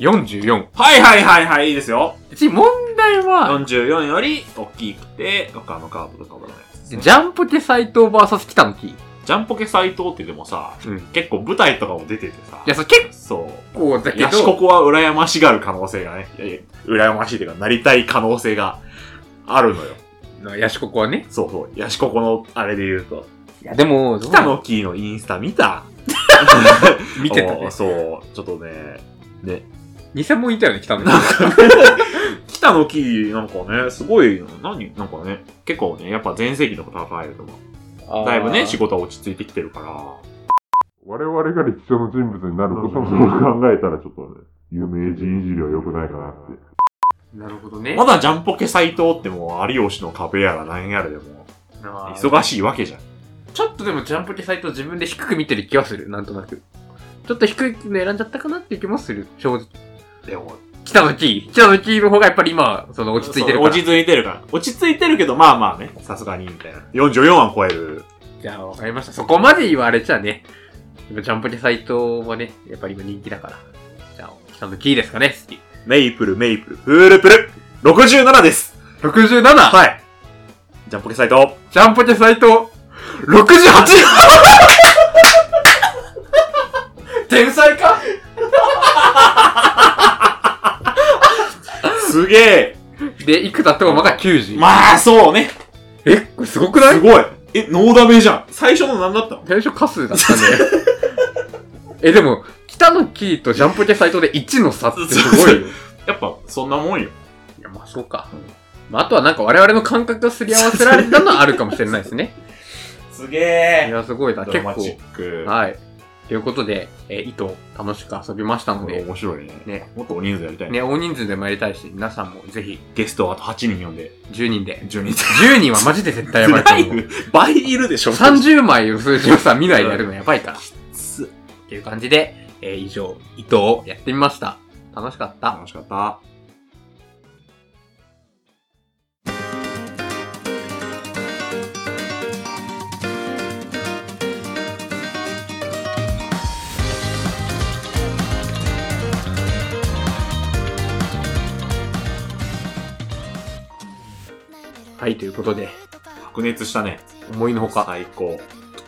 [SPEAKER 2] 44。
[SPEAKER 1] はいはいはいはい、いいですよ。
[SPEAKER 2] 次、問題は、
[SPEAKER 1] 44より大きくて、他のカードとかもないです
[SPEAKER 2] ジ
[SPEAKER 1] ね。
[SPEAKER 2] ャンポケ斎藤 VS 北のキー。
[SPEAKER 1] ジャンポケ斎藤ってでもさ、
[SPEAKER 2] うん。い
[SPEAKER 1] 結構舞台とかも出ててさ、
[SPEAKER 2] や、それ結
[SPEAKER 1] そう。
[SPEAKER 2] 構だ
[SPEAKER 1] い
[SPEAKER 2] け
[SPEAKER 1] やし、こ
[SPEAKER 2] ど、
[SPEAKER 1] こは羨ましがる可能性がね、いやいや羨ましいというか、なりたい可能性があるのよ。
[SPEAKER 2] ヤシココはね。
[SPEAKER 1] そうそう。やし、ここの、あれで言うと、
[SPEAKER 2] いや、でも、どう
[SPEAKER 1] 北のキーのインスタ見 た
[SPEAKER 2] 見てた
[SPEAKER 1] お
[SPEAKER 2] ね。
[SPEAKER 1] そう、ちょっとね、ね。
[SPEAKER 2] 偽物いたよね、北のキ
[SPEAKER 1] 北のキーなんかね、すごい、何なんかね、結構ね、やっぱ全盛期のこと考えると思う
[SPEAKER 2] ー。
[SPEAKER 1] だいぶね、仕事は落ち着いてきてるから、
[SPEAKER 4] 我々が歴史上の人物になることも考えたらちょっとね、有名人いじりは良くないかなって。
[SPEAKER 2] なるほどね。
[SPEAKER 1] まだジャンポケ斎藤ってもう有吉の壁やら何やらでも
[SPEAKER 2] あー
[SPEAKER 1] 忙しいわけじゃん。
[SPEAKER 2] ちょっとでもジャンポケサイト自分で低く見てる気はする、なんとなく。ちょっと低いの選んじゃったかなっていう気もする、正直。
[SPEAKER 1] でも、
[SPEAKER 2] 北のキー。北のキーの方がやっぱり今、その落ち着いてるから。
[SPEAKER 1] 落ち着いてるから。落ち着いてるけど、まあまあね、さすがに、みたいな。44は超える。
[SPEAKER 2] じゃあわかりました。そこまで言われちゃね。今ジャンポケサイトはね、やっぱり今人気だから。じゃあ、北のキーですかね。
[SPEAKER 1] メイプル、メイプル、プールプル !67 です
[SPEAKER 2] 67!
[SPEAKER 1] はいジャンポケ斎藤
[SPEAKER 2] ジャンポケサイト 68! 天才か
[SPEAKER 1] すげえ
[SPEAKER 2] で、生田斗真が90。
[SPEAKER 1] まあ、そうね
[SPEAKER 2] え、これすごくない
[SPEAKER 1] すごいえ、ノーダメじゃん最初の何だったの
[SPEAKER 2] 最初カスだったね。 え、でも、北のキーとジャンポケサイトで1の差ってすごいよ。
[SPEAKER 1] やっぱ、そんなもんよ。
[SPEAKER 2] いや、まあそうか。まあ、あとはなんか我々の感覚がすり合わせられたのはあるかもしれないです ね。
[SPEAKER 1] す
[SPEAKER 2] い
[SPEAKER 1] げえ
[SPEAKER 2] や、すごいな。
[SPEAKER 1] ド
[SPEAKER 2] 結
[SPEAKER 1] ラマチ
[SPEAKER 2] 構。
[SPEAKER 1] ック。
[SPEAKER 2] はい。ということで、えー、糸、楽しく遊びましたの
[SPEAKER 1] これ
[SPEAKER 2] で、
[SPEAKER 1] 面白いね。
[SPEAKER 2] ね
[SPEAKER 1] もっとお人数やりたいね。
[SPEAKER 2] ね、大人数でもやりたいし、皆さんもぜひ、
[SPEAKER 1] ゲストをあと8人呼んで。
[SPEAKER 2] 10人で。
[SPEAKER 1] 10人。
[SPEAKER 2] 10人はマジで絶対やばい と思う。
[SPEAKER 1] 倍いるでしょ
[SPEAKER 2] 30枚の数字をさ、見ないでやるのやばいから。
[SPEAKER 1] つ
[SPEAKER 2] っていう感じで、えー以上、糸をやってみました。楽しかった。
[SPEAKER 1] 楽しかった。
[SPEAKER 2] はい、ということで、
[SPEAKER 1] 白熱したね。
[SPEAKER 2] 思いのほか、
[SPEAKER 1] 最高。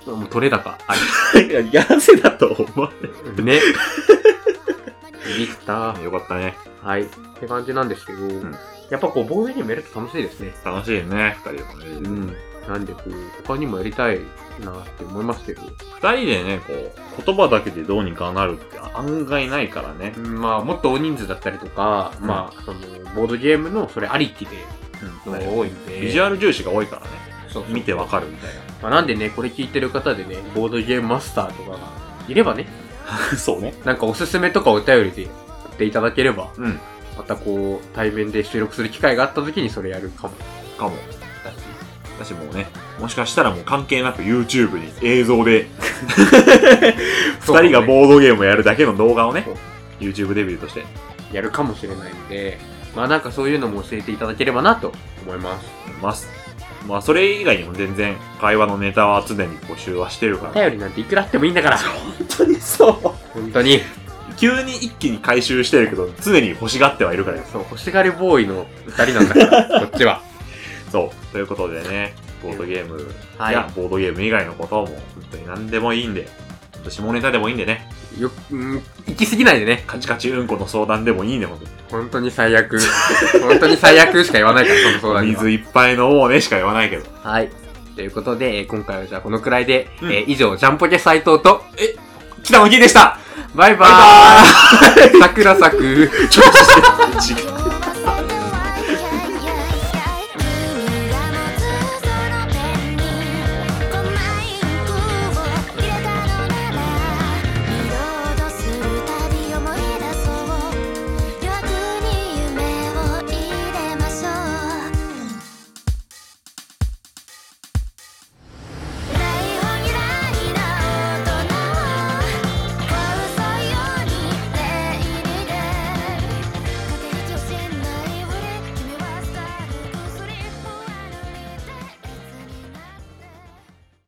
[SPEAKER 2] もう取れ高あ
[SPEAKER 1] いや、やせだと思わ
[SPEAKER 2] り。ね。できた。
[SPEAKER 1] よかったね。
[SPEAKER 2] はい。って感じなんですけど、
[SPEAKER 1] ん
[SPEAKER 2] やっぱこう、ボードゲームやると楽しいですね。
[SPEAKER 1] 楽しいね、二人でもね。
[SPEAKER 2] ん。なんでこう、他にもやりたいなって思いますけど。
[SPEAKER 1] 二人でね、こう、言葉だけでどうにかなるって案外ないからね。
[SPEAKER 2] まあ、もっと大人数だったりとか、
[SPEAKER 1] うん
[SPEAKER 2] まあ、その、ボードゲームのそれありきで、のが多いんで。
[SPEAKER 1] ビジュアル重視が多いからね。
[SPEAKER 2] そうそう
[SPEAKER 1] 見てわかるみたいな。
[SPEAKER 2] まあ、なんでね、これ聞いてる方でね、ボードゲームマスターとかがいればね、
[SPEAKER 1] そうね。
[SPEAKER 2] なんかおすすめとかお便りで言っていただければ、
[SPEAKER 1] うん
[SPEAKER 2] またこう、対面で収録する機会があった時にそれやるかも。
[SPEAKER 1] かも。私もうね、もしかしたらもう関係なく YouTube に映像 で、二人がボードゲームやるだけの動画をね
[SPEAKER 2] そう、
[SPEAKER 1] YouTube デビューとして。
[SPEAKER 2] やるかもしれないんで、まあなんかそういうのも教えていただければなと思います。
[SPEAKER 1] ます。まあ、それ以外にも全然、会話のネタは常に募集はしてるか
[SPEAKER 2] お
[SPEAKER 1] ら。
[SPEAKER 2] 便りなんていくらあってもいいんだから、
[SPEAKER 1] 本当にそ
[SPEAKER 2] 本当に。
[SPEAKER 1] う。急に一気に回収してるけど、常に欲しがってはいるから。
[SPEAKER 2] そう、欲しがりボーイの二人なんだから、 こっちは。
[SPEAKER 1] そう。ということでね、ボードゲーム
[SPEAKER 2] はい
[SPEAKER 1] や、ボードゲーム以外のことも、本当に何でもいいんで、ほんと下ネタでもいいんでね、
[SPEAKER 2] よ、うん、行き過ぎないでね。
[SPEAKER 1] カチカチうんこの相談でもいいんで、ほんとに
[SPEAKER 2] 本当に最悪。 本当に最悪しか言わないから、その相談には。
[SPEAKER 1] 水いっぱい飲もうねしか言わないけど。
[SPEAKER 2] はい。ということで、えー今回はじゃあこのくらいで、
[SPEAKER 1] うん
[SPEAKER 2] えー以上、ジャンポケ斎藤と、
[SPEAKER 1] 北野きでした
[SPEAKER 2] バイバーイ桜咲く。
[SPEAKER 1] ちょっと違う。